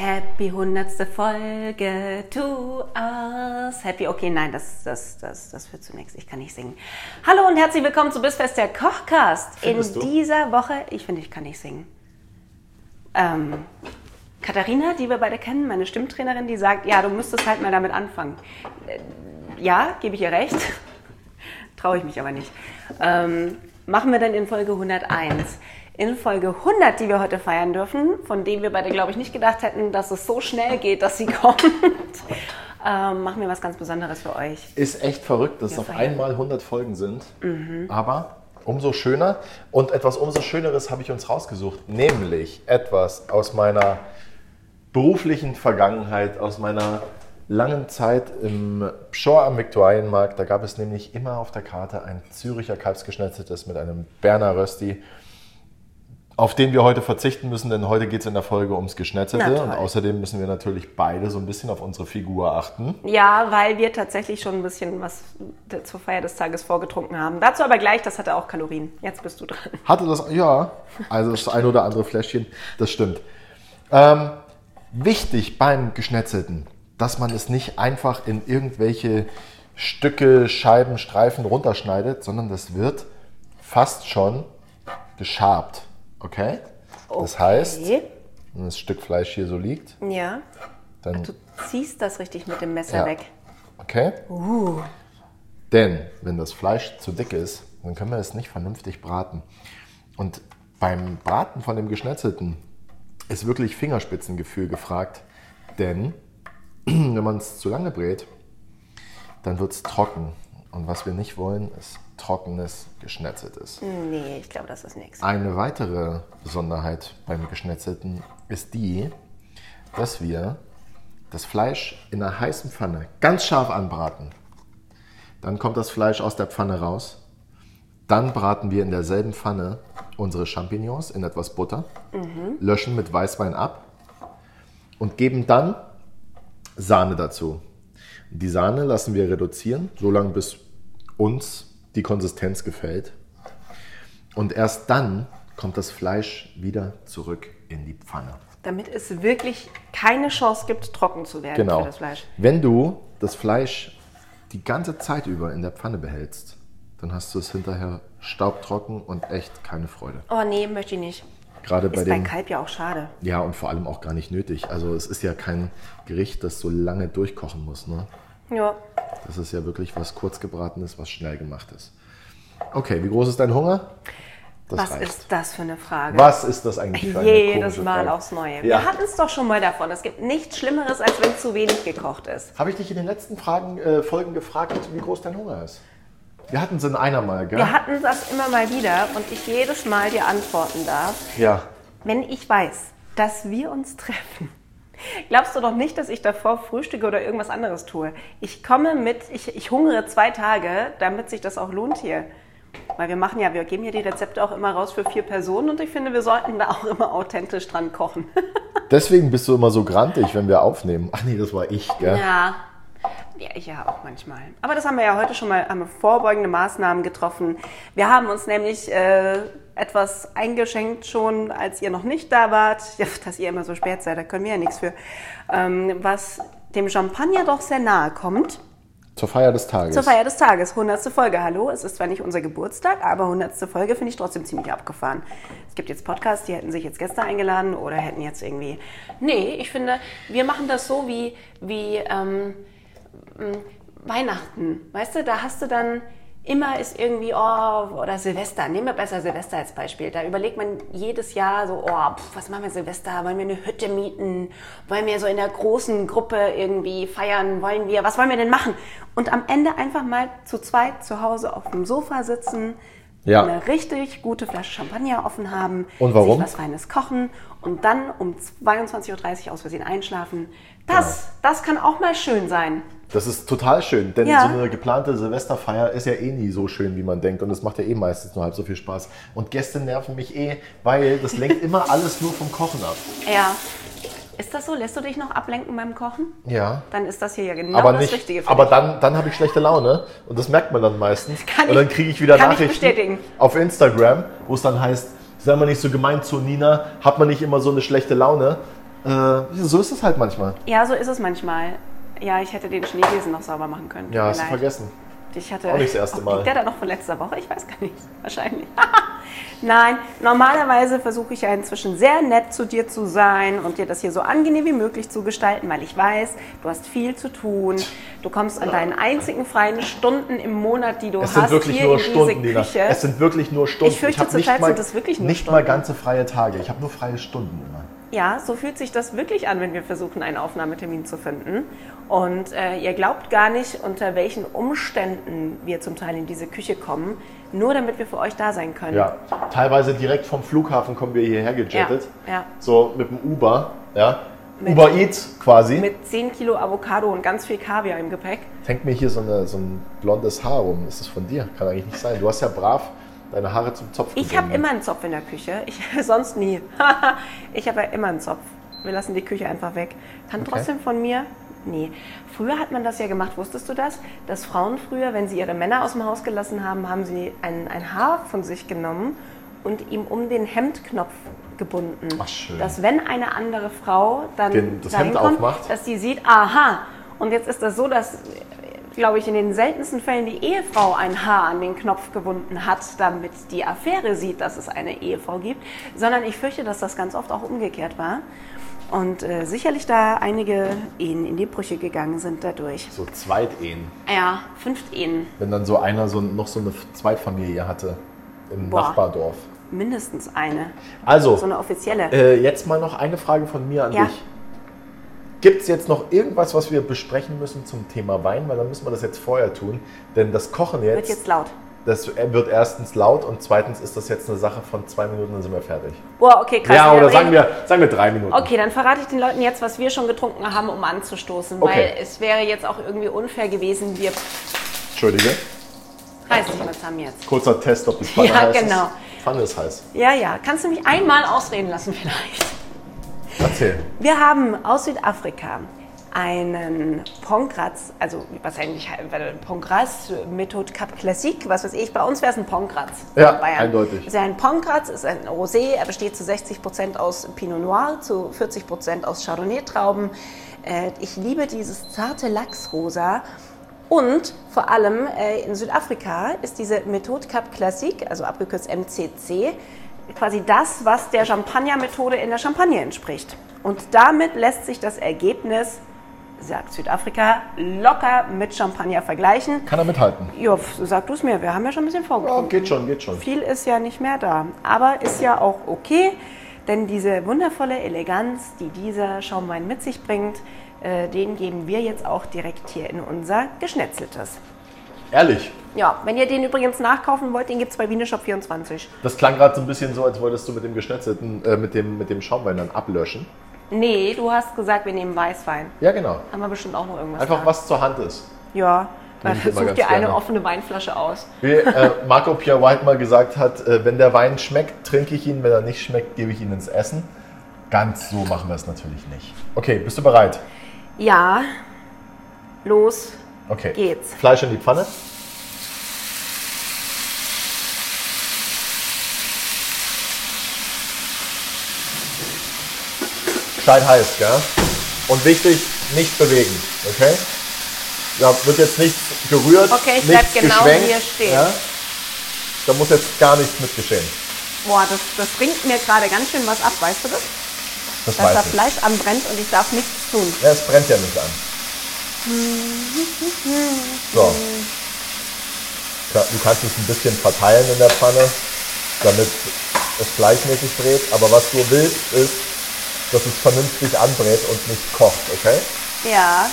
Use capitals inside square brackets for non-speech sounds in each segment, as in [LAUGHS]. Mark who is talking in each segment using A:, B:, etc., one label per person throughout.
A: Happy hundertste Folge to us. Happy, okay, nein, das, das, das, das führt zu nichts. Ich kann nicht singen. Hallo und herzlich willkommen zu Bissfest der Kochcast.
B: Findest
A: In
B: du?
A: dieser Woche, ich finde, ich kann nicht singen. Ähm, Katharina, die wir beide kennen, meine Stimmtrainerin, die sagt, ja, du müsstest halt mal damit anfangen. Äh, Ja, gebe ich ihr recht. Traue ich mich aber nicht. Ähm, machen wir dann in Folge 101. In Folge 100, die wir heute feiern dürfen, von dem wir beide, glaube ich, nicht gedacht hätten, dass es so schnell geht, dass sie [LAUGHS] kommt, ähm, machen wir was ganz Besonderes für euch.
B: Ist echt verrückt, dass es auf
A: voll.
B: einmal 100 Folgen sind.
A: Mhm.
B: Aber umso schöner. Und etwas umso Schöneres habe ich uns rausgesucht. Nämlich etwas aus meiner beruflichen Vergangenheit, aus meiner langen Zeit im Pschor am Viktualienmarkt. Da gab es nämlich immer auf der Karte ein Züricher Kalbsgeschnetzeltes mit einem Berner Rösti. Auf den wir heute verzichten müssen, denn heute geht es in der Folge ums
A: Na
B: Geschnetzelte.
A: toll.
B: Und außerdem müssen wir natürlich beide so ein bisschen auf unsere Figur achten.
A: Ja, weil wir tatsächlich schon ein bisschen was zur Feier des Tages vorgetrunken haben. Dazu aber gleich, das hatte auch Kalorien. Jetzt bist du dran.
B: Hatte das, ja, also das ein oder andere Fläschchen, das stimmt. Ähm, wichtig beim Geschnetzelten, dass man es nicht einfach in irgendwelche Stücke, Scheiben, Streifen runterschneidet, sondern das wird fast schon geschabt, okay? Das heißt,
A: Okay.
B: wenn das Stück Fleisch hier so liegt,
A: Ja,
B: dann,
A: du ziehst das richtig mit dem Messer
B: Ja.
A: weg.
B: okay? Denn wenn das Fleisch zu dick ist, dann können wir es nicht vernünftig braten. Und beim Braten von dem Geschnetzelten ist wirklich Fingerspitzengefühl gefragt. Denn [CLEARS THROAT] wenn man es zu lange brät, dann wird es trocken. Und was wir nicht wollen, ist trockenes Geschnetzeltes.
A: Nee, ich glaube, das ist nichts.
B: Eine weitere Besonderheit beim Geschnetzelten ist die, dass wir das Fleisch in einer heißen Pfanne ganz scharf anbraten. Dann kommt das Fleisch aus der Pfanne raus. Dann braten wir in derselben Pfanne unsere Champignons in etwas Butter, löschen mit Weißwein ab und geben dann Sahne dazu. Die Sahne lassen wir reduzieren, solange bis uns die Konsistenz gefällt. Und erst dann kommt das Fleisch wieder zurück in die Pfanne.
A: Damit es wirklich keine Chance gibt, trocken zu werden
B: Genau.
A: für das Fleisch.
B: Wenn du das Fleisch die ganze Zeit über in der Pfanne behältst, dann hast du es hinterher staubtrocken und echt keine Freude.
A: Oh nee, möchte ich nicht.
B: Gerade bei
A: ist bei
B: dem
A: Kalb ja auch schade.
B: ja und vor allem auch gar nicht nötig. Also es ist ja kein Gericht, das so lange durchkochen muss. Ne?
A: Ja.
B: Das ist ja wirklich was kurz gebratenes, was schnell gemacht ist. Okay, wie groß ist dein Hunger? Das
A: Was
B: reicht.
A: ist das für eine Frage?
B: was ist das eigentlich für eine
A: Jedes
B: komische
A: Mal
B: Frage?
A: aufs Neue. Wir
B: Ja.
A: hatten es doch schon mal davon. Es gibt nichts Schlimmeres, als wenn zu wenig gekocht ist.
B: Habe ich dich in den letzten Fragen, äh, Folgen gefragt, wie groß dein Hunger ist? Wir hatten es in einer mal, gell?
A: Wir hatten das immer mal wieder und ich jedes Mal dir antworten darf,
B: Ja.
A: wenn ich weiß, dass wir uns treffen. Glaubst du doch nicht, dass ich davor frühstücke oder irgendwas anderes tue? Ich komme mit, ich, ich hungere zwei Tage, damit sich das auch lohnt hier. Weil wir machen ja, wir geben hier die Rezepte auch immer raus für vier Personen und ich finde, wir sollten da auch immer authentisch dran kochen. [LAUGHS]
B: Deswegen bist du immer so grantig, wenn wir aufnehmen. Ach nee, das war ich, gell?
A: Ja. Ja, ich ja auch manchmal. Aber das haben wir ja heute schon mal, haben wir vorbeugende Maßnahmen getroffen. Wir haben uns nämlich äh, etwas eingeschenkt schon, als ihr noch nicht da wart. Ja, dass ihr immer so spät seid, da können wir ja nichts für. Ähm, was dem Champagner doch sehr nahe kommt.
B: Zur Feier des Tages.
A: Zur Feier des Tages, 100. Folge. Hallo, es ist zwar nicht unser Geburtstag, aber 100. Folge finde ich trotzdem ziemlich abgefahren. Es gibt jetzt Podcasts, die hätten sich jetzt gestern eingeladen oder hätten jetzt irgendwie. Nee, ich finde, wir machen das so wie, wie ähm, ähm, Weihnachten. Weißt du, da hast du dann. Immer ist irgendwie, oh, oder Silvester, nehmen wir besser Silvester als Beispiel. Da überlegt man jedes Jahr so, oh, pf, was machen wir Silvester? Wollen wir eine Hütte mieten? Wollen wir so in der großen Gruppe irgendwie feiern? Wollen wir, was wollen wir denn machen? Und am Ende einfach mal zu zweit zu Hause auf dem Sofa sitzen,
B: Ja.
A: eine richtig gute Flasche Champagner offen haben,
B: Und warum?
A: sich was Feines kochen und dann um 22.30 Uhr aus Versehen einschlafen. Das,
B: Genau.
A: das kann auch mal schön sein.
B: Das ist total schön, denn
A: Ja.
B: so eine geplante Silvesterfeier ist ja eh nie so schön, wie man denkt. Und es macht ja eh meistens nur halb so viel Spaß. Und Gäste nerven mich eh, weil das lenkt immer alles nur vom Kochen ab.
A: Ja. Ist das so? Lässt du dich noch ablenken beim Kochen?
B: Ja.
A: Dann ist das hier ja genau
B: aber
A: das
B: nicht,
A: Richtige für
B: aber
A: dich.
B: dann, dann habe ich schlechte Laune und das merkt man dann meistens.
A: [LAUGHS] Kann
B: und
A: ich-
B: dann kriege ich wieder
A: kann ich
B: Nachrichten
A: bestätigen.
B: auf Instagram, wo es dann heißt, sei mal nicht so gemein zu Nina, hat man nicht immer so eine schlechte Laune. Äh, so ist es halt manchmal.
A: Ja, so ist es manchmal. Ja, ich hätte den Schneebesen noch sauber machen können. Tut
B: Ja,
A: mir
B: hast du
A: leid.
B: vergessen.
A: Ich hatte,
B: Auch nicht das erste Mal.
A: Liegt der da noch von letzter Woche? Ich weiß gar nicht. [LAUGHS] Wahrscheinlich. Nein, normalerweise versuche ich ja inzwischen sehr nett zu dir zu sein und dir das hier so angenehm wie möglich zu gestalten, weil ich weiß, du hast viel zu tun. Du kommst an deinen einzigen freien Stunden im Monat, die du
B: Es
A: hast,
B: sind wirklich
A: hier
B: nur
A: in diese
B: Stunden, Nina.
A: Küche.
B: Es sind wirklich nur Stunden.
A: Ich fürchte,
B: hab
A: zurzeit sind es wirklich nur
B: nicht
A: Stunden.
B: mal ganze freie Tage. Ich habe nur freie Stunden immer.
A: Ja, so fühlt sich das wirklich an, wenn wir versuchen, einen Aufnahmetermin zu finden. Und äh, ihr glaubt gar nicht, unter welchen Umständen wir zum Teil in diese Küche kommen, nur damit wir für euch da sein können.
B: Ja, teilweise direkt vom Flughafen kommen wir hierher gejettet.
A: Ja, ja.
B: So mit dem Uber, ja.
A: Mit-
B: Uber Eats quasi.
A: Mit 10 Kilo Avocado und ganz viel Kaviar im Gepäck.
B: Hängt mir hier so, eine, so ein blondes Haar rum. Ist das von dir? Kann eigentlich nicht sein. Du hast ja brav deine Haare zum Zopf
A: Ich
B: gebunden.
A: habe immer einen Zopf in der Küche, ich, [LAUGHS] sonst nie. ich habe ja immer einen Zopf. Wir lassen die Küche einfach weg. Kann
B: Okay.
A: trotzdem von mir? Nee. Früher hat man das ja gemacht, wusstest du das? Dass Frauen früher, wenn sie ihre Männer aus dem Haus gelassen haben, haben sie ein, ein Haar von sich genommen und ihm um den Hemdknopf gebunden.
B: Ach, schön.
A: Dass wenn eine andere Frau dann
B: Den- das Hemd
A: reinkommt,
B: aufmacht.
A: dass sie sieht, aha. Und jetzt ist das so, dass, glaube ich, in den seltensten Fällen die Ehefrau ein Haar an den Knopf gewunden hat, damit die Affäre sieht, dass es eine Ehefrau gibt, sondern ich fürchte, dass das ganz oft auch umgekehrt war. Und äh, sicherlich da einige Ehen in die Brüche gegangen sind dadurch.
B: So Zweitehen.
A: Ja, fünf Ehen,
B: Wenn dann so einer so, noch so eine Zweitfamilie hatte im
A: Boah.
B: Nachbardorf.
A: mindestens eine.
B: Also,
A: So eine offizielle.
B: äh, jetzt mal noch eine Frage von mir an
A: Ja.
B: dich. Gibt es jetzt noch irgendwas, was wir besprechen müssen zum Thema Wein? Weil dann müssen wir das jetzt vorher tun. Denn das Kochen jetzt,
A: Wird jetzt laut.
B: das wird erstens laut und zweitens ist das jetzt eine Sache von zwei Minuten, dann sind wir fertig.
A: Boah, okay, krass.
B: ja,
A: wir
B: oder
A: reden-
B: sagen wir, sagen wir drei Minuten.
A: Okay, dann verrate ich den Leuten jetzt, was wir schon getrunken haben, um anzustoßen,
B: Okay.
A: weil es wäre jetzt auch irgendwie unfair gewesen, wir
B: Entschuldige.
A: Heiß nicht mehr zusammen jetzt.
B: Kurzer Test, ob die Pfanne
A: Ja,
B: heiß ist.
A: genau.
B: Pfanne ist heiß.
A: Ja, ja. Kannst du mich einmal ausreden lassen vielleicht?
B: Erzähl.
A: Wir haben aus Südafrika einen Pongratz, also was eigentlich äh, Pongratz, Methode Cap Classique, was weiß ich, bei uns wäre es ein Pongratz.
B: Ja,
A: in Bayern.
B: eindeutig.
A: Also ein Pongratz ist ein Rosé, er besteht zu 60 Prozent aus Pinot Noir, zu 40 Prozent aus Chardonnay-Trauben. Äh, Ich liebe dieses zarte Lachsrosa. Und vor allem äh, in Südafrika ist diese Methode Cap Classique, also abgekürzt MCC, quasi das, was der Champagner-Methode in der Champagne entspricht. Und damit lässt sich das Ergebnis, sagt Südafrika, locker mit Champagner vergleichen.
B: Kann er mithalten?
A: Ja, pf, sag du es mir, wir haben ja schon ein bisschen
B: Ja,
A: vorgetrunken.
B: geht schon, geht schon.
A: Viel ist ja nicht mehr da, aber ist ja auch okay, denn diese wundervolle Eleganz, die dieser Schaumwein mit sich bringt, äh, den geben wir jetzt auch direkt hier in unser Geschnetzeltes.
B: Ehrlich,
A: Ja, wenn ihr den übrigens nachkaufen wollt, den gibt es bei Wieneshop24.
B: das klang gerade so ein bisschen so, als wolltest du mit dem Geschnetzelten, äh, mit, dem, mit dem Schaumwein dann ablöschen.
A: Nee, du hast gesagt, wir nehmen Weißwein.
B: Ja, genau.
A: Haben wir bestimmt auch noch irgendwas
B: Einfach
A: da.
B: was zur Hand ist.
A: Ja,
B: Nehm
A: dann
B: ich immer
A: such
B: ganz
A: dir eine
B: gerne.
A: offene Weinflasche aus.
B: Wie äh, Marco Pierre White mal gesagt hat, äh, wenn der Wein schmeckt, trinke ich ihn, wenn er nicht schmeckt, gebe ich ihn ins Essen. Ganz so machen wir es natürlich nicht. Okay, bist du bereit?
A: Ja, los
B: Okay.
A: geht's.
B: Fleisch in die Pfanne. Scheit heiß, gell? Und wichtig, nicht bewegen, okay? Da wird jetzt nichts gerührt,
A: Okay, ich bleib
B: nichts
A: genau
B: geschwenkt,
A: hier stehen.
B: Ja? Da muss jetzt gar nichts mit geschehen.
A: Boah, das, das bringt mir gerade ganz schön was ab, weißt du das?
B: Das
A: Dass da
B: weiß ich.
A: Fleisch anbrennt und ich darf nichts tun.
B: Ja, es brennt ja nicht an. So. Ja, Du kannst es ein bisschen verteilen in der Pfanne, damit es gleichmäßig dreht. Aber was du willst, ist, dass es vernünftig anbrät und nicht kocht, okay?
A: Ja.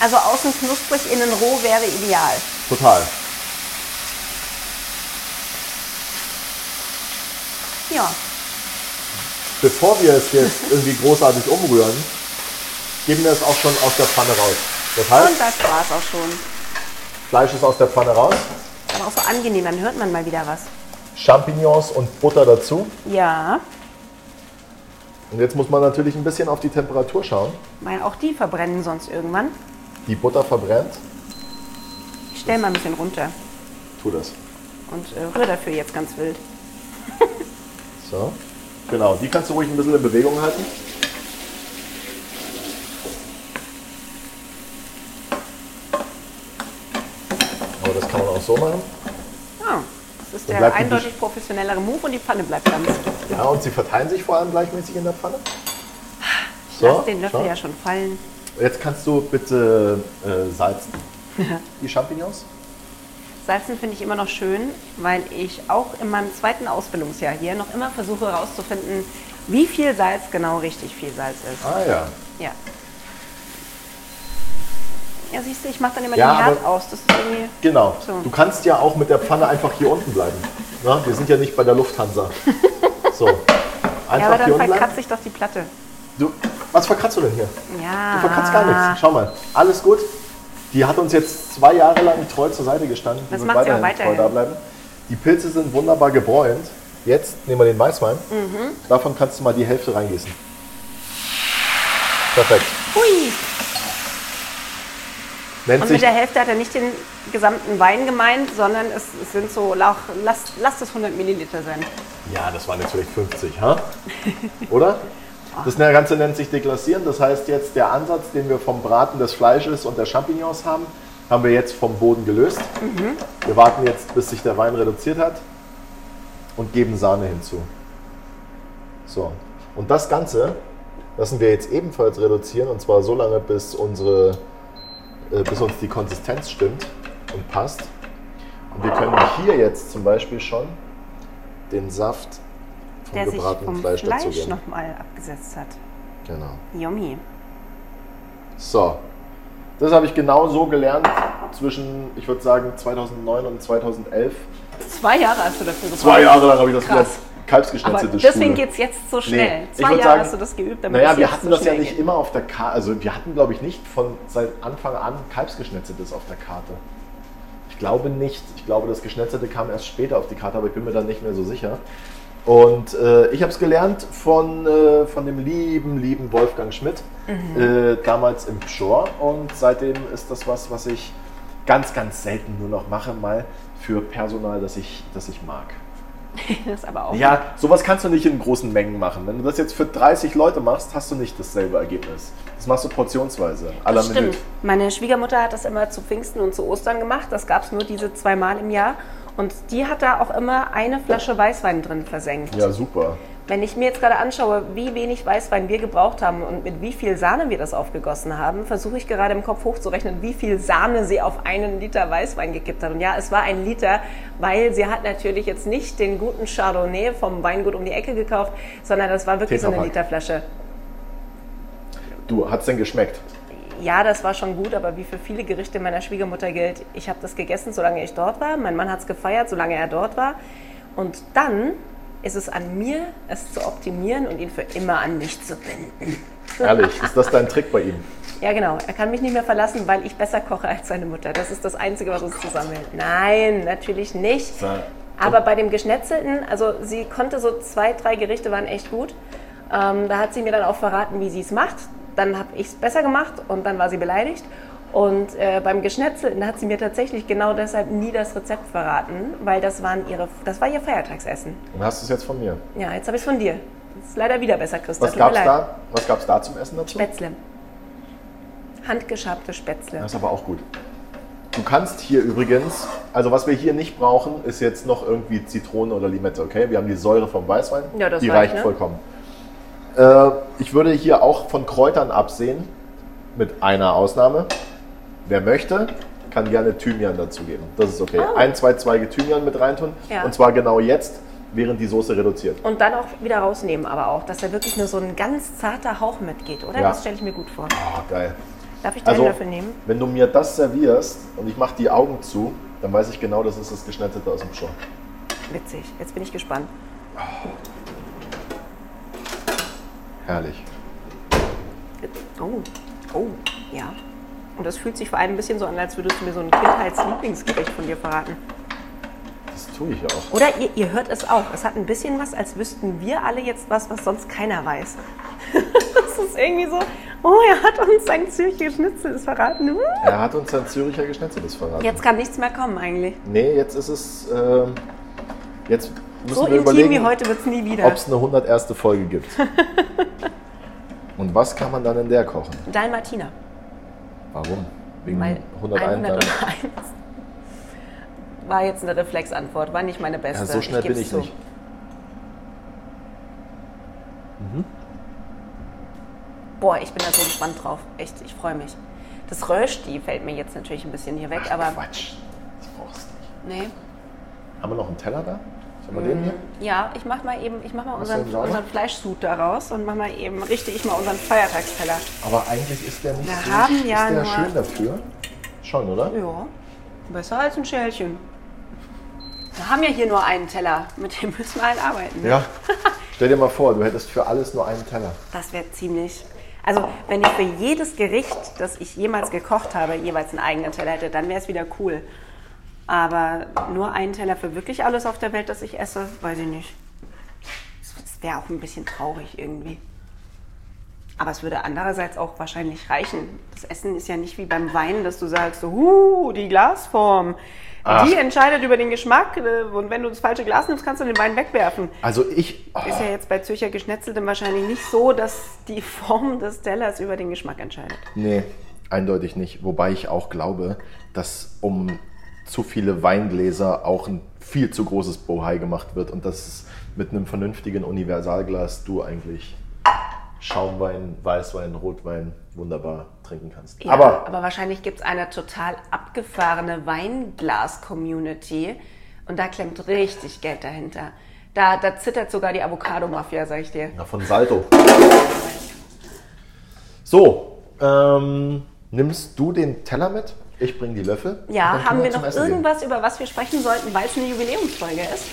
A: Also außen knusprig, innen roh wäre ideal.
B: Total.
A: Ja.
B: Bevor wir es jetzt irgendwie großartig umrühren, geben wir es auch schon aus der Pfanne raus. Das
A: Und
B: heißt,
A: das war's auch schon.
B: Fleisch ist aus der Pfanne raus,
A: Aber auch so angenehm, dann hört man mal wieder was.
B: Champignons und Butter dazu.
A: Ja,
B: Und jetzt muss man natürlich ein bisschen auf die Temperatur schauen.
A: weil auch die verbrennen sonst irgendwann.
B: Die Butter verbrennt.
A: Ich stell mal ein bisschen runter
B: Tu das.
A: und äh, rühre dafür jetzt ganz wild.
B: So. Genau, die kannst du ruhig ein bisschen in Bewegung halten. Aber das kann man auch so machen.
A: Ja, das ist
B: Dann
A: der
B: bleibt die
A: eindeutig
B: Dish-
A: professionellere Move und die Pfanne bleibt ganz.
B: Ja, und sie verteilen sich vor allem gleichmäßig in der Pfanne.
A: Ich lasse den Löffel
B: schau.
A: ja schon fallen.
B: Jetzt kannst du bitte äh,
A: [LAUGHS]
B: salzen. Die Champignons.
A: Salzen finde ich immer noch schön, weil ich auch in meinem zweiten Ausbildungsjahr hier noch immer versuche herauszufinden, wie viel Salz genau richtig viel Salz ist.
B: Ah ja.
A: Ja. Ja, siehst du, ich mache dann immer
B: Ja,
A: den Herd
B: aber-
A: aus. Das ist irgendwie.
B: Genau.
A: So.
B: Du kannst ja auch mit der Pfanne einfach hier unten bleiben. Na, wir sind ja nicht bei
A: [LAUGHS]
B: der Lufthansa. So.
A: Ja,
B: Einfach
A: aber
B: hier
A: dann
B: unten bleiben.
A: verkratze ich doch die Platte.
B: Du, was verkratzt du denn hier?
A: Ja.
B: Du verkratzt gar nichts. Schau mal. Alles gut. Die hat uns jetzt zwei Jahre lang treu zur Seite gestanden. Die
A: Das
B: wird
A: macht sie auch
B: treu
A: weiterhin.
B: da bleiben. Die Pilze sind wunderbar gebräunt. Jetzt nehmen wir den Weißwein.
A: Mhm.
B: Davon kannst du mal die Hälfte reingießen. Perfekt.
A: Hui!
B: Nennt
A: Und
B: sich
A: mit der Hälfte hat er nicht den gesamten Wein gemeint, sondern es, es sind so, lauch, lass, lass das 100 Milliliter sein.
B: Ja, das waren jetzt vielleicht 50, ha? Oder? Das Ganze nennt sich Deklassieren. Das heißt jetzt, der Ansatz, den wir vom Braten des Fleisches und der Champignons haben, haben wir jetzt vom Boden gelöst.
A: Mhm.
B: Wir warten jetzt, bis sich der Wein reduziert hat und geben Sahne hinzu. So. Und das Ganze lassen wir jetzt ebenfalls reduzieren und zwar so lange, bis, unsere, äh, bis uns die Konsistenz stimmt und passt. Und wir können hier jetzt zum Beispiel schon den Saft vom
A: Der sich
B: gebratenen
A: vom
B: Fleisch,
A: Fleisch
B: dazugeben.
A: nochmal abgesetzt hat.
B: Genau.
A: Yummy.
B: So, das habe ich genau so gelernt zwischen, ich würde sagen, 2009 und 2011.
A: Zwei Jahre hast du dafür gebraucht.
B: Zwei Jahre lang habe ich das
A: Krass.
B: gelernt.
A: Aber
B: Kalbsgeschnetzelte
A: deswegen
B: Schule.
A: geht es jetzt so schnell.
B: ich
A: Zwei
B: würd
A: Jahre
B: sagen,
A: hast du das geübt, damit
B: Naja,
A: es
B: wir
A: jetzt
B: hatten
A: so
B: das ja
A: schnell
B: nicht
A: geht.
B: immer auf der Karte. Also wir hatten, glaube ich, nicht von seit Anfang an Kalbsgeschnetzeltes auf der Karte. Ich glaube nicht. Ich glaube, das Geschnetzelte kam erst später auf die Karte, aber ich bin mir da nicht mehr so sicher. Und äh, ich habe es gelernt von, äh, von dem lieben, lieben Wolfgang Schmidt,
A: Mhm.
B: äh, damals im Pschor. Und seitdem ist das was, was ich ganz, ganz selten nur noch mache, mal für Personal, das ich, das ich mag.
A: [LAUGHS] Das ist aber auch.
B: Ja, sowas kannst du nicht in großen Mengen machen. Wenn du das jetzt für 30 Leute machst, hast du nicht dasselbe Ergebnis. Das machst du portionsweise. à la
A: Das stimmt.
B: minute.
A: Meine Schwiegermutter hat das immer zu Pfingsten und zu Ostern gemacht. Das gab es nur diese zweimal im Jahr. Und die hat da auch immer eine Flasche Weißwein drin versenkt.
B: Ja, super.
A: Wenn ich mir jetzt gerade anschaue, wie wenig Weißwein wir gebraucht haben und mit wie viel Sahne wir das aufgegossen haben, versuche ich gerade im Kopf hochzurechnen, wie viel Sahne sie auf einen Liter Weißwein gekippt hat. Und ja, es war ein Liter, weil sie hat natürlich jetzt nicht den guten Chardonnay vom Weingut um die Ecke gekauft, sondern das war wirklich so eine
B: Tetrapack.
A: Literflasche.
B: Du, hat's denn geschmeckt?
A: Ja, das war schon gut, aber wie für viele Gerichte meiner Schwiegermutter gilt, ich habe das gegessen, solange ich dort war. Mein Mann hat es gefeiert, solange er dort war. Und dann ist es an mir, es zu optimieren und ihn für immer an mich zu binden.
B: Ehrlich, ist das dein Trick bei ihm?
A: Ja, genau. Er kann mich nicht mehr verlassen, weil ich besser koche als seine Mutter. Das ist das Einzige, was uns zusammenhält. Nein, natürlich nicht.
B: Na,
A: Aber bei dem Geschnetzelten, also sie konnte so zwei, drei Gerichte waren echt gut. Ähm, da hat sie mir dann auch verraten, wie sie es macht. Dann habe ich es besser gemacht und dann war sie beleidigt. Und äh, beim Geschnetzelten hat sie mir tatsächlich genau deshalb nie das Rezept verraten, weil das, waren ihre, das war ihr Feiertagsessen.
B: Und hast du es jetzt von mir?
A: Ja, jetzt habe ich es von dir. Das ist leider wieder besser, Christa.
B: Was
A: Tut mir
B: gab's
A: leid.
B: da? Was gab's da zum Essen dazu?
A: Spätzle. Handgeschabte Spätzle.
B: Das ist aber auch gut. Du kannst hier übrigens, also was wir hier nicht brauchen, ist jetzt noch irgendwie Zitrone oder Limette, okay? Wir haben die Säure vom Weißwein,
A: Ja, das
B: die
A: reicht,
B: reicht
A: ne?
B: vollkommen. Äh, ich würde hier auch von Kräutern absehen, mit einer Ausnahme. Wer möchte, kann gerne Thymian dazugeben. Das ist okay. Ein, zwei Zweige Thymian mit reintun
A: Ah. Ja.
B: und zwar genau jetzt, während die Soße reduziert.
A: Und dann auch wieder rausnehmen, aber auch, dass da wirklich nur so ein ganz zarter Hauch mitgeht, oder?
B: Ja.
A: Das stelle ich mir gut vor.
B: Oh, geil.
A: Darf ich deinen
B: Also,
A: Löffel nehmen?
B: wenn du mir das servierst und ich mache die Augen zu, dann weiß ich genau, das ist das Geschnetzelte aus dem Schorn.
A: Witzig, jetzt bin ich gespannt.
B: Ehrlich.
A: Oh, oh, ja. Und das fühlt sich vor allem ein bisschen so an, als würdest du mir so ein Kindheitslieblingsgericht von dir verraten.
B: Das tue ich auch.
A: Oder ihr, ihr hört es auch. Es hat ein bisschen was, als wüssten wir alle jetzt was, was sonst keiner weiß. [LAUGHS] das ist irgendwie so, oh, er hat uns sein Zürcher Schnitzel verraten. Hm.
B: Er hat uns sein Züricher Geschnetzeltes verraten.
A: Jetzt kann nichts mehr kommen eigentlich.
B: Nee, jetzt ist es. Ähm, jetzt müssen
A: So
B: wir
A: intim
B: überlegen,
A: wie heute wird es nie wieder.
B: ob es eine 101.
A: [LAUGHS]
B: Folge gibt. Und was kann man dann in der kochen?
A: Dalmatiner.
B: Warum? Wegen
A: Weil
B: 101.
A: 101 war jetzt eine Reflexantwort, war nicht meine beste.
B: Ja, so schnell
A: Ich
B: bin
A: geb's
B: ich
A: zu.
B: nicht.
A: Boah, ich bin da so gespannt drauf. Echt, ich freue mich. Das Rösti fällt mir jetzt natürlich ein bisschen hier weg, aber
B: Quatsch. Das brauchst du nicht. Mhm.
A: nee.
B: Haben wir noch einen Teller da? Sollen wir den hier?
A: Ja, ich mach mal eben, ich mach mal
B: Machst du
A: unseren,
B: den sauber?
A: unseren Fleischsud daraus und mach mal eben, richte ich mal unseren Feiertagsteller.
B: Aber eigentlich ist der nicht
A: Wir
B: so
A: haben ja
B: ist der
A: nur-
B: schön dafür. Schon, oder?
A: Ja, besser als ein Schälchen. Wir haben ja hier nur einen Teller, mit dem müssen wir halt arbeiten. ne?
B: Ja. Stell dir mal vor, du hättest für alles nur einen Teller.
A: Das wäre ziemlich. Also, wenn ich für jedes Gericht, das ich jemals gekocht habe, jeweils einen eigenen Teller hätte, dann wäre es wieder cool. Aber nur einen Teller für wirklich alles auf der Welt, das ich esse, weiß ich nicht. Das wäre auch ein bisschen traurig irgendwie. Aber es würde andererseits auch wahrscheinlich reichen. Das Essen ist ja nicht wie beim Wein, dass du sagst, so, huh, die Glasform. Die entscheidet über den Geschmack. äh, Und wenn du das falsche Glas nimmst, kannst du den Wein wegwerfen.
B: Also ich. Oh,
A: Ist ja jetzt bei Zürcher Geschnetzeltem wahrscheinlich nicht so, dass die Form des Tellers über den Geschmack entscheidet.
B: Nee, eindeutig nicht. Wobei ich auch glaube, dass um zu viele Weingläser auch ein viel zu großes Bohai gemacht wird und dass mit einem vernünftigen Universalglas du eigentlich Schaumwein, Weißwein, Rotwein wunderbar trinken kannst.
A: Ja,
B: aber
A: aber wahrscheinlich gibt es eine total abgefahrene Weinglas-Community und da klemmt richtig Geld dahinter. Da, da zittert sogar die Avocado-Mafia, sag ich dir.
B: Ja, von Salto. So, ähm, nimmst du den Teller mit? Ich bringe die Löffel.
A: Ja,
B: Dann können
A: haben wir
B: zum
A: noch
B: Essen gehen.
A: irgendwas, über was wir sprechen sollten, weil es eine Jubiläumsfolge ist?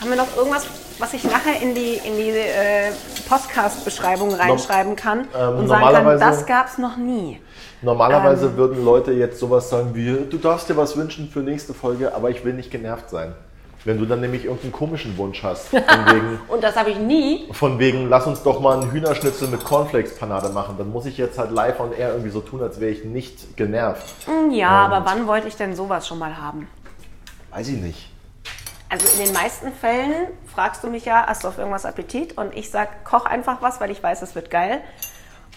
A: Haben wir noch irgendwas, was ich nachher in die, in die äh, Podcast-Beschreibung reinschreiben kann
B: ähm,
A: und sagen kann,
B: normalerweise-
A: das gab es noch nie?
B: Normalerweise
A: Ähm.
B: würden Leute jetzt sowas sagen wie, du darfst dir was wünschen für nächste Folge, aber ich will nicht genervt sein. Wenn du dann nämlich irgendeinen komischen Wunsch
A: [LAUGHS]
B: hast, von wegen,
A: Und das habe ich nie
B: von wegen, lass uns doch mal einen Hühnerschnitzel mit Cornflakes-Panade machen, dann muss ich jetzt halt live on air irgendwie so tun, als wäre ich nicht genervt.
A: Ja, aber wann wollte ich denn sowas schon mal haben?
B: Weiß ich nicht.
A: Also in den meisten Fällen fragst du mich ja, hast du auf irgendwas Appetit? Und ich sag, koch einfach was, weil ich weiß, es wird geil.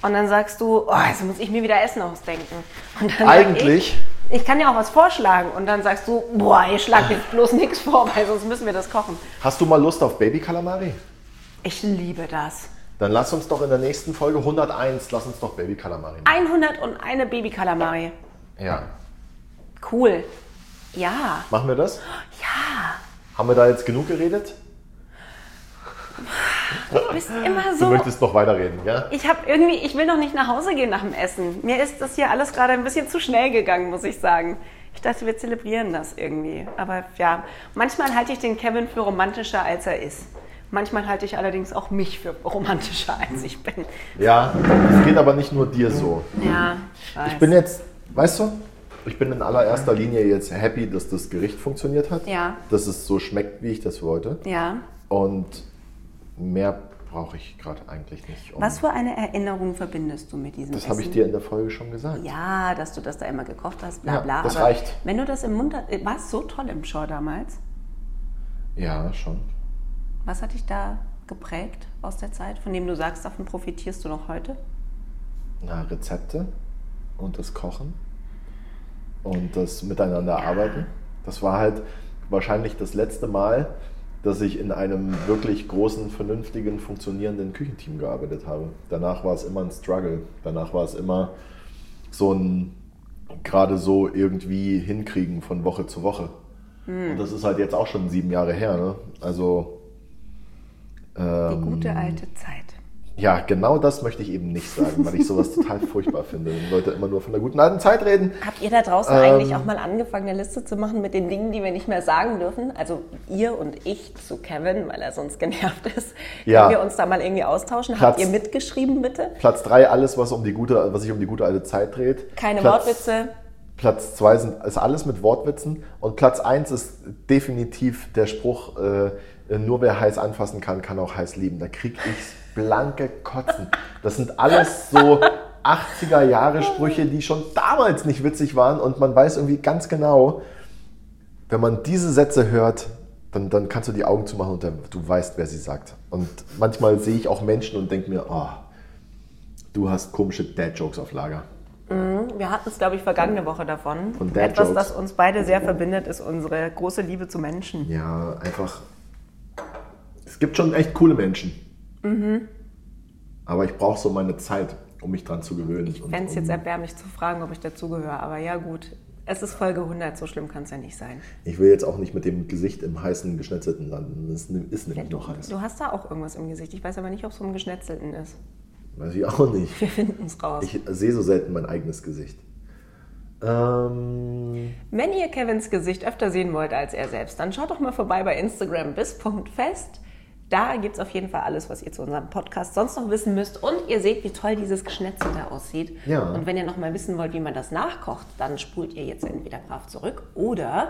A: Und dann sagst du, oh, jetzt muss ich mir wieder Essen ausdenken. Und dann sag
B: Eigentlich-
A: Ich, ich kann dir auch was vorschlagen. Und dann sagst du, boah, ihr schlagt jetzt bloß nichts vor, weil sonst müssen wir das kochen.
B: Hast du mal Lust auf Baby-Kalamari?
A: Ich liebe das.
B: Dann lass uns doch in der nächsten Folge 101, lass uns doch Baby-Kalamari machen.
A: 101 Baby-Kalamari.
B: Ja.
A: Cool. Ja.
B: Machen wir das?
A: Ja.
B: Haben wir da jetzt genug geredet?
A: Du bist immer
B: Du
A: so
B: möchtest noch weiterreden, ja?
A: Ich habe irgendwie, ich will noch nicht nach Hause gehen nach dem Essen. Mir ist das hier alles gerade ein bisschen zu schnell gegangen, muss ich sagen. Ich dachte, wir zelebrieren das irgendwie. Aber ja, manchmal halte ich den Kevin für romantischer, als er ist. Manchmal halte ich allerdings auch mich für romantischer, als ich bin.
B: Ja, es geht aber nicht nur dir so.
A: Ja,
B: Ich bin jetzt, weißt du, ich bin in allererster Linie jetzt happy, dass das Gericht funktioniert hat.
A: Ja.
B: Dass es so schmeckt, wie ich das wollte.
A: Ja.
B: Und mehr brauche ich gerade eigentlich nicht. um-
A: Was für eine Erinnerung verbindest du mit diesem
B: das
A: Essen?
B: habe ich dir in der Folge schon gesagt.
A: Ja, dass du das da immer gekocht hast, bla
B: Ja,
A: bla.
B: das
A: aber
B: reicht.
A: Wenn du das im Mund. War es so toll im Shaw damals?
B: Ja, schon.
A: Was hat dich da geprägt aus der Zeit, von dem du sagst, davon profitierst du noch heute?
B: Na, Rezepte und das Kochen und das Miteinander arbeiten. Das war halt wahrscheinlich das letzte Mal, dass ich in einem wirklich großen, vernünftigen, funktionierenden Küchenteam gearbeitet habe. Danach war es immer ein Struggle. Danach war es immer so ein gerade so irgendwie hinkriegen von Woche zu Woche. Und das ist halt jetzt auch schon sieben Jahre her. Ne? Also
C: Ähm,
A: Die gute alte Zeit.
B: Ja, genau das möchte ich eben nicht sagen, weil ich sowas total furchtbar finde. Wenn Leute immer nur von der guten alten Zeit reden.
C: Habt ihr da draußen
B: ähm,
C: eigentlich auch mal angefangen, eine Liste zu machen mit den Dingen, die wir nicht mehr sagen dürfen? Also ihr und ich zu Kevin, weil er sonst genervt ist.
B: Ja.
C: Können wir uns da mal irgendwie austauschen?
B: Platz-
C: Habt ihr mitgeschrieben, bitte?
B: Platz 3, alles, was, um die gute, was sich um die gute alte Zeit dreht.
C: Keine
B: Platz,
C: Wortwitze.
B: Platz 2 sind, ist alles mit Wortwitzen. Und Platz 1 ist definitiv der Spruch, äh, nur wer heiß anfassen kann, kann auch heiß lieben. Da krieg ich blanke Kotzen. Das sind alles so 80er Jahre Sprüche, die schon damals nicht witzig waren. Und man weiß irgendwie ganz genau, wenn man diese Sätze hört, dann, dann kannst du die Augen zumachen und dann, du weißt, wer sie sagt. Und manchmal sehe ich auch Menschen und denke mir, oh, du hast komische Dad-Jokes auf Lager.
C: Wir hatten es, glaube ich, vergangene Woche davon.
B: Von Dad
C: Etwas,
B: Jokes.
C: das uns beide sehr verbindet, ist unsere große Liebe zu Menschen.
B: Ja, einfach. Es gibt schon echt coole Menschen.
C: Mhm.
B: Aber ich brauche so meine Zeit, um mich dran zu gewöhnen. um Ich
C: Wenn es jetzt erbärmlich zu fragen, ob ich dazugehöre, aber ja gut. Es ist Folge 100, so schlimm kann es ja nicht sein.
B: Ich will jetzt auch nicht mit dem Gesicht im heißen Geschnetzelten landen. Das nimm- ist nämlich noch heiß.
C: Du hast da auch irgendwas im Gesicht. Ich weiß aber nicht, ob es so ein Geschnetzelten ist.
B: Weiß ich auch nicht.
C: Wir finden es raus.
B: Ich sehe so selten mein eigenes Gesicht. Ähm,
C: Wenn ihr Kevins Gesicht öfter sehen wollt als er selbst, dann schaut doch mal vorbei bei Instagram bis.fest. Da gibt es auf jeden Fall alles, was ihr zu unserem Podcast sonst noch wissen müsst. Und ihr seht, wie toll dieses Geschnetzel da aussieht.
B: Ja.
C: Und wenn ihr noch mal wissen wollt, wie man das nachkocht, dann spult ihr jetzt entweder brav zurück oder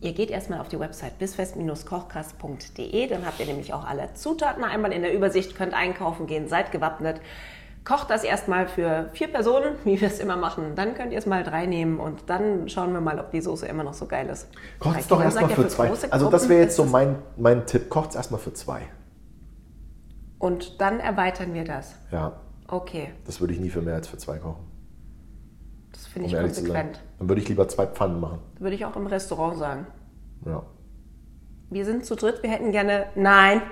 C: ihr geht erstmal auf die Website bisfest-kochkast.de. Dann habt ihr nämlich auch alle Zutaten einmal in der Übersicht, könnt einkaufen gehen, seid gewappnet. Kocht das erstmal für vier Personen, wie wir es immer machen. Dann könnt ihr es mal drei nehmen und dann schauen wir mal, ob die Soße immer noch so geil ist.
B: kocht's
C: Weil
B: doch
C: Kevin
B: erstmal
C: sagt ja,
B: für zwei.
C: große
B: Also, das wäre
C: Gruppen
B: jetzt so
C: ist es-
B: mein, mein Tipp. Kocht's erstmal für zwei.
C: Und dann erweitern wir das.
B: Ja,
C: Okay,
B: das würde ich nie für mehr als für zwei kochen.
C: das finde
B: Um
C: ich
B: ehrlich zu sein.
C: konsequent.
B: Dann würde ich lieber zwei Pfannen machen.
C: Würde ich auch im Restaurant sagen.
B: Ja.
C: Wir sind zu dritt, wir hätten gerne. Nein,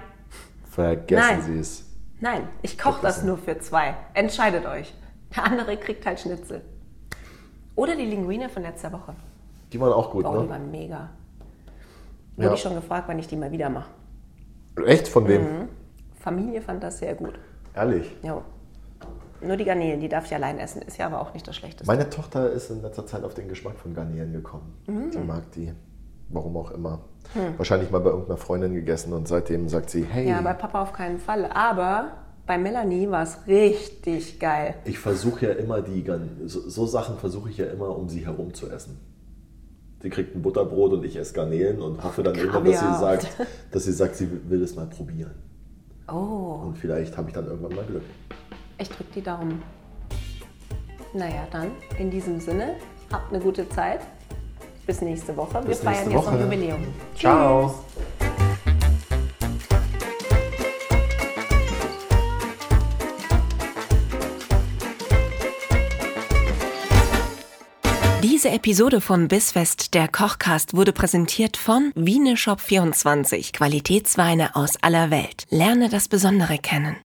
B: Vergessen
C: Nein.
B: Sie es.
C: Nein, ich koche das nur für zwei. Entscheidet euch. Der andere kriegt halt Schnitzel. Oder die Linguine von letzter Woche.
B: Die waren auch gut,
C: Wow, die
B: ne?
C: waren mega. Wurde
B: Ja.
C: ich Mhm. schon gefragt, wann ich die mal wieder mache.
B: Echt? Von wem?
C: Familie fand das sehr gut.
B: Ehrlich.
C: Jo. Nur die Garnelen, die darf ich allein essen. Ist ja aber auch nicht das Schlechteste.
B: Meine Tochter ist in letzter Zeit auf den Geschmack von Garnelen gekommen.
C: Mhm.
B: Sie mag die. Warum auch immer. Wahrscheinlich mal bei irgendeiner Freundin gegessen und seitdem sagt sie, hey,
C: Hm. ja, bei Papa auf keinen Fall. Aber bei Melanie war es richtig geil.
B: ich versuche ja immer die Garnelen, so, so Sachen versuche ich ja immer, um sie herum zu essen. Sie kriegt ein Butterbrot und ich esse Garnelen und hoffe dann irgendwann, dass sie,
C: [LAUGHS] Kaviar.
B: sagt, dass sie sagt, sie will es mal probieren.
C: Oh,
B: Und vielleicht habe ich dann irgendwann mal Glück.
C: ich drück die Daumen. Naja, dann in diesem Sinne, habt eine gute Zeit. Bis nächste Woche.
B: Bis
C: Wir feiern
B: nächste
C: jetzt noch ein
B: Woche.
C: Jubiläum.
B: Ciao.
D: Diese Episode von Bissfest, der Kochcast, wurde präsentiert von Wieneshop24, Qualitätsweine aus aller Welt. Lerne das Besondere kennen.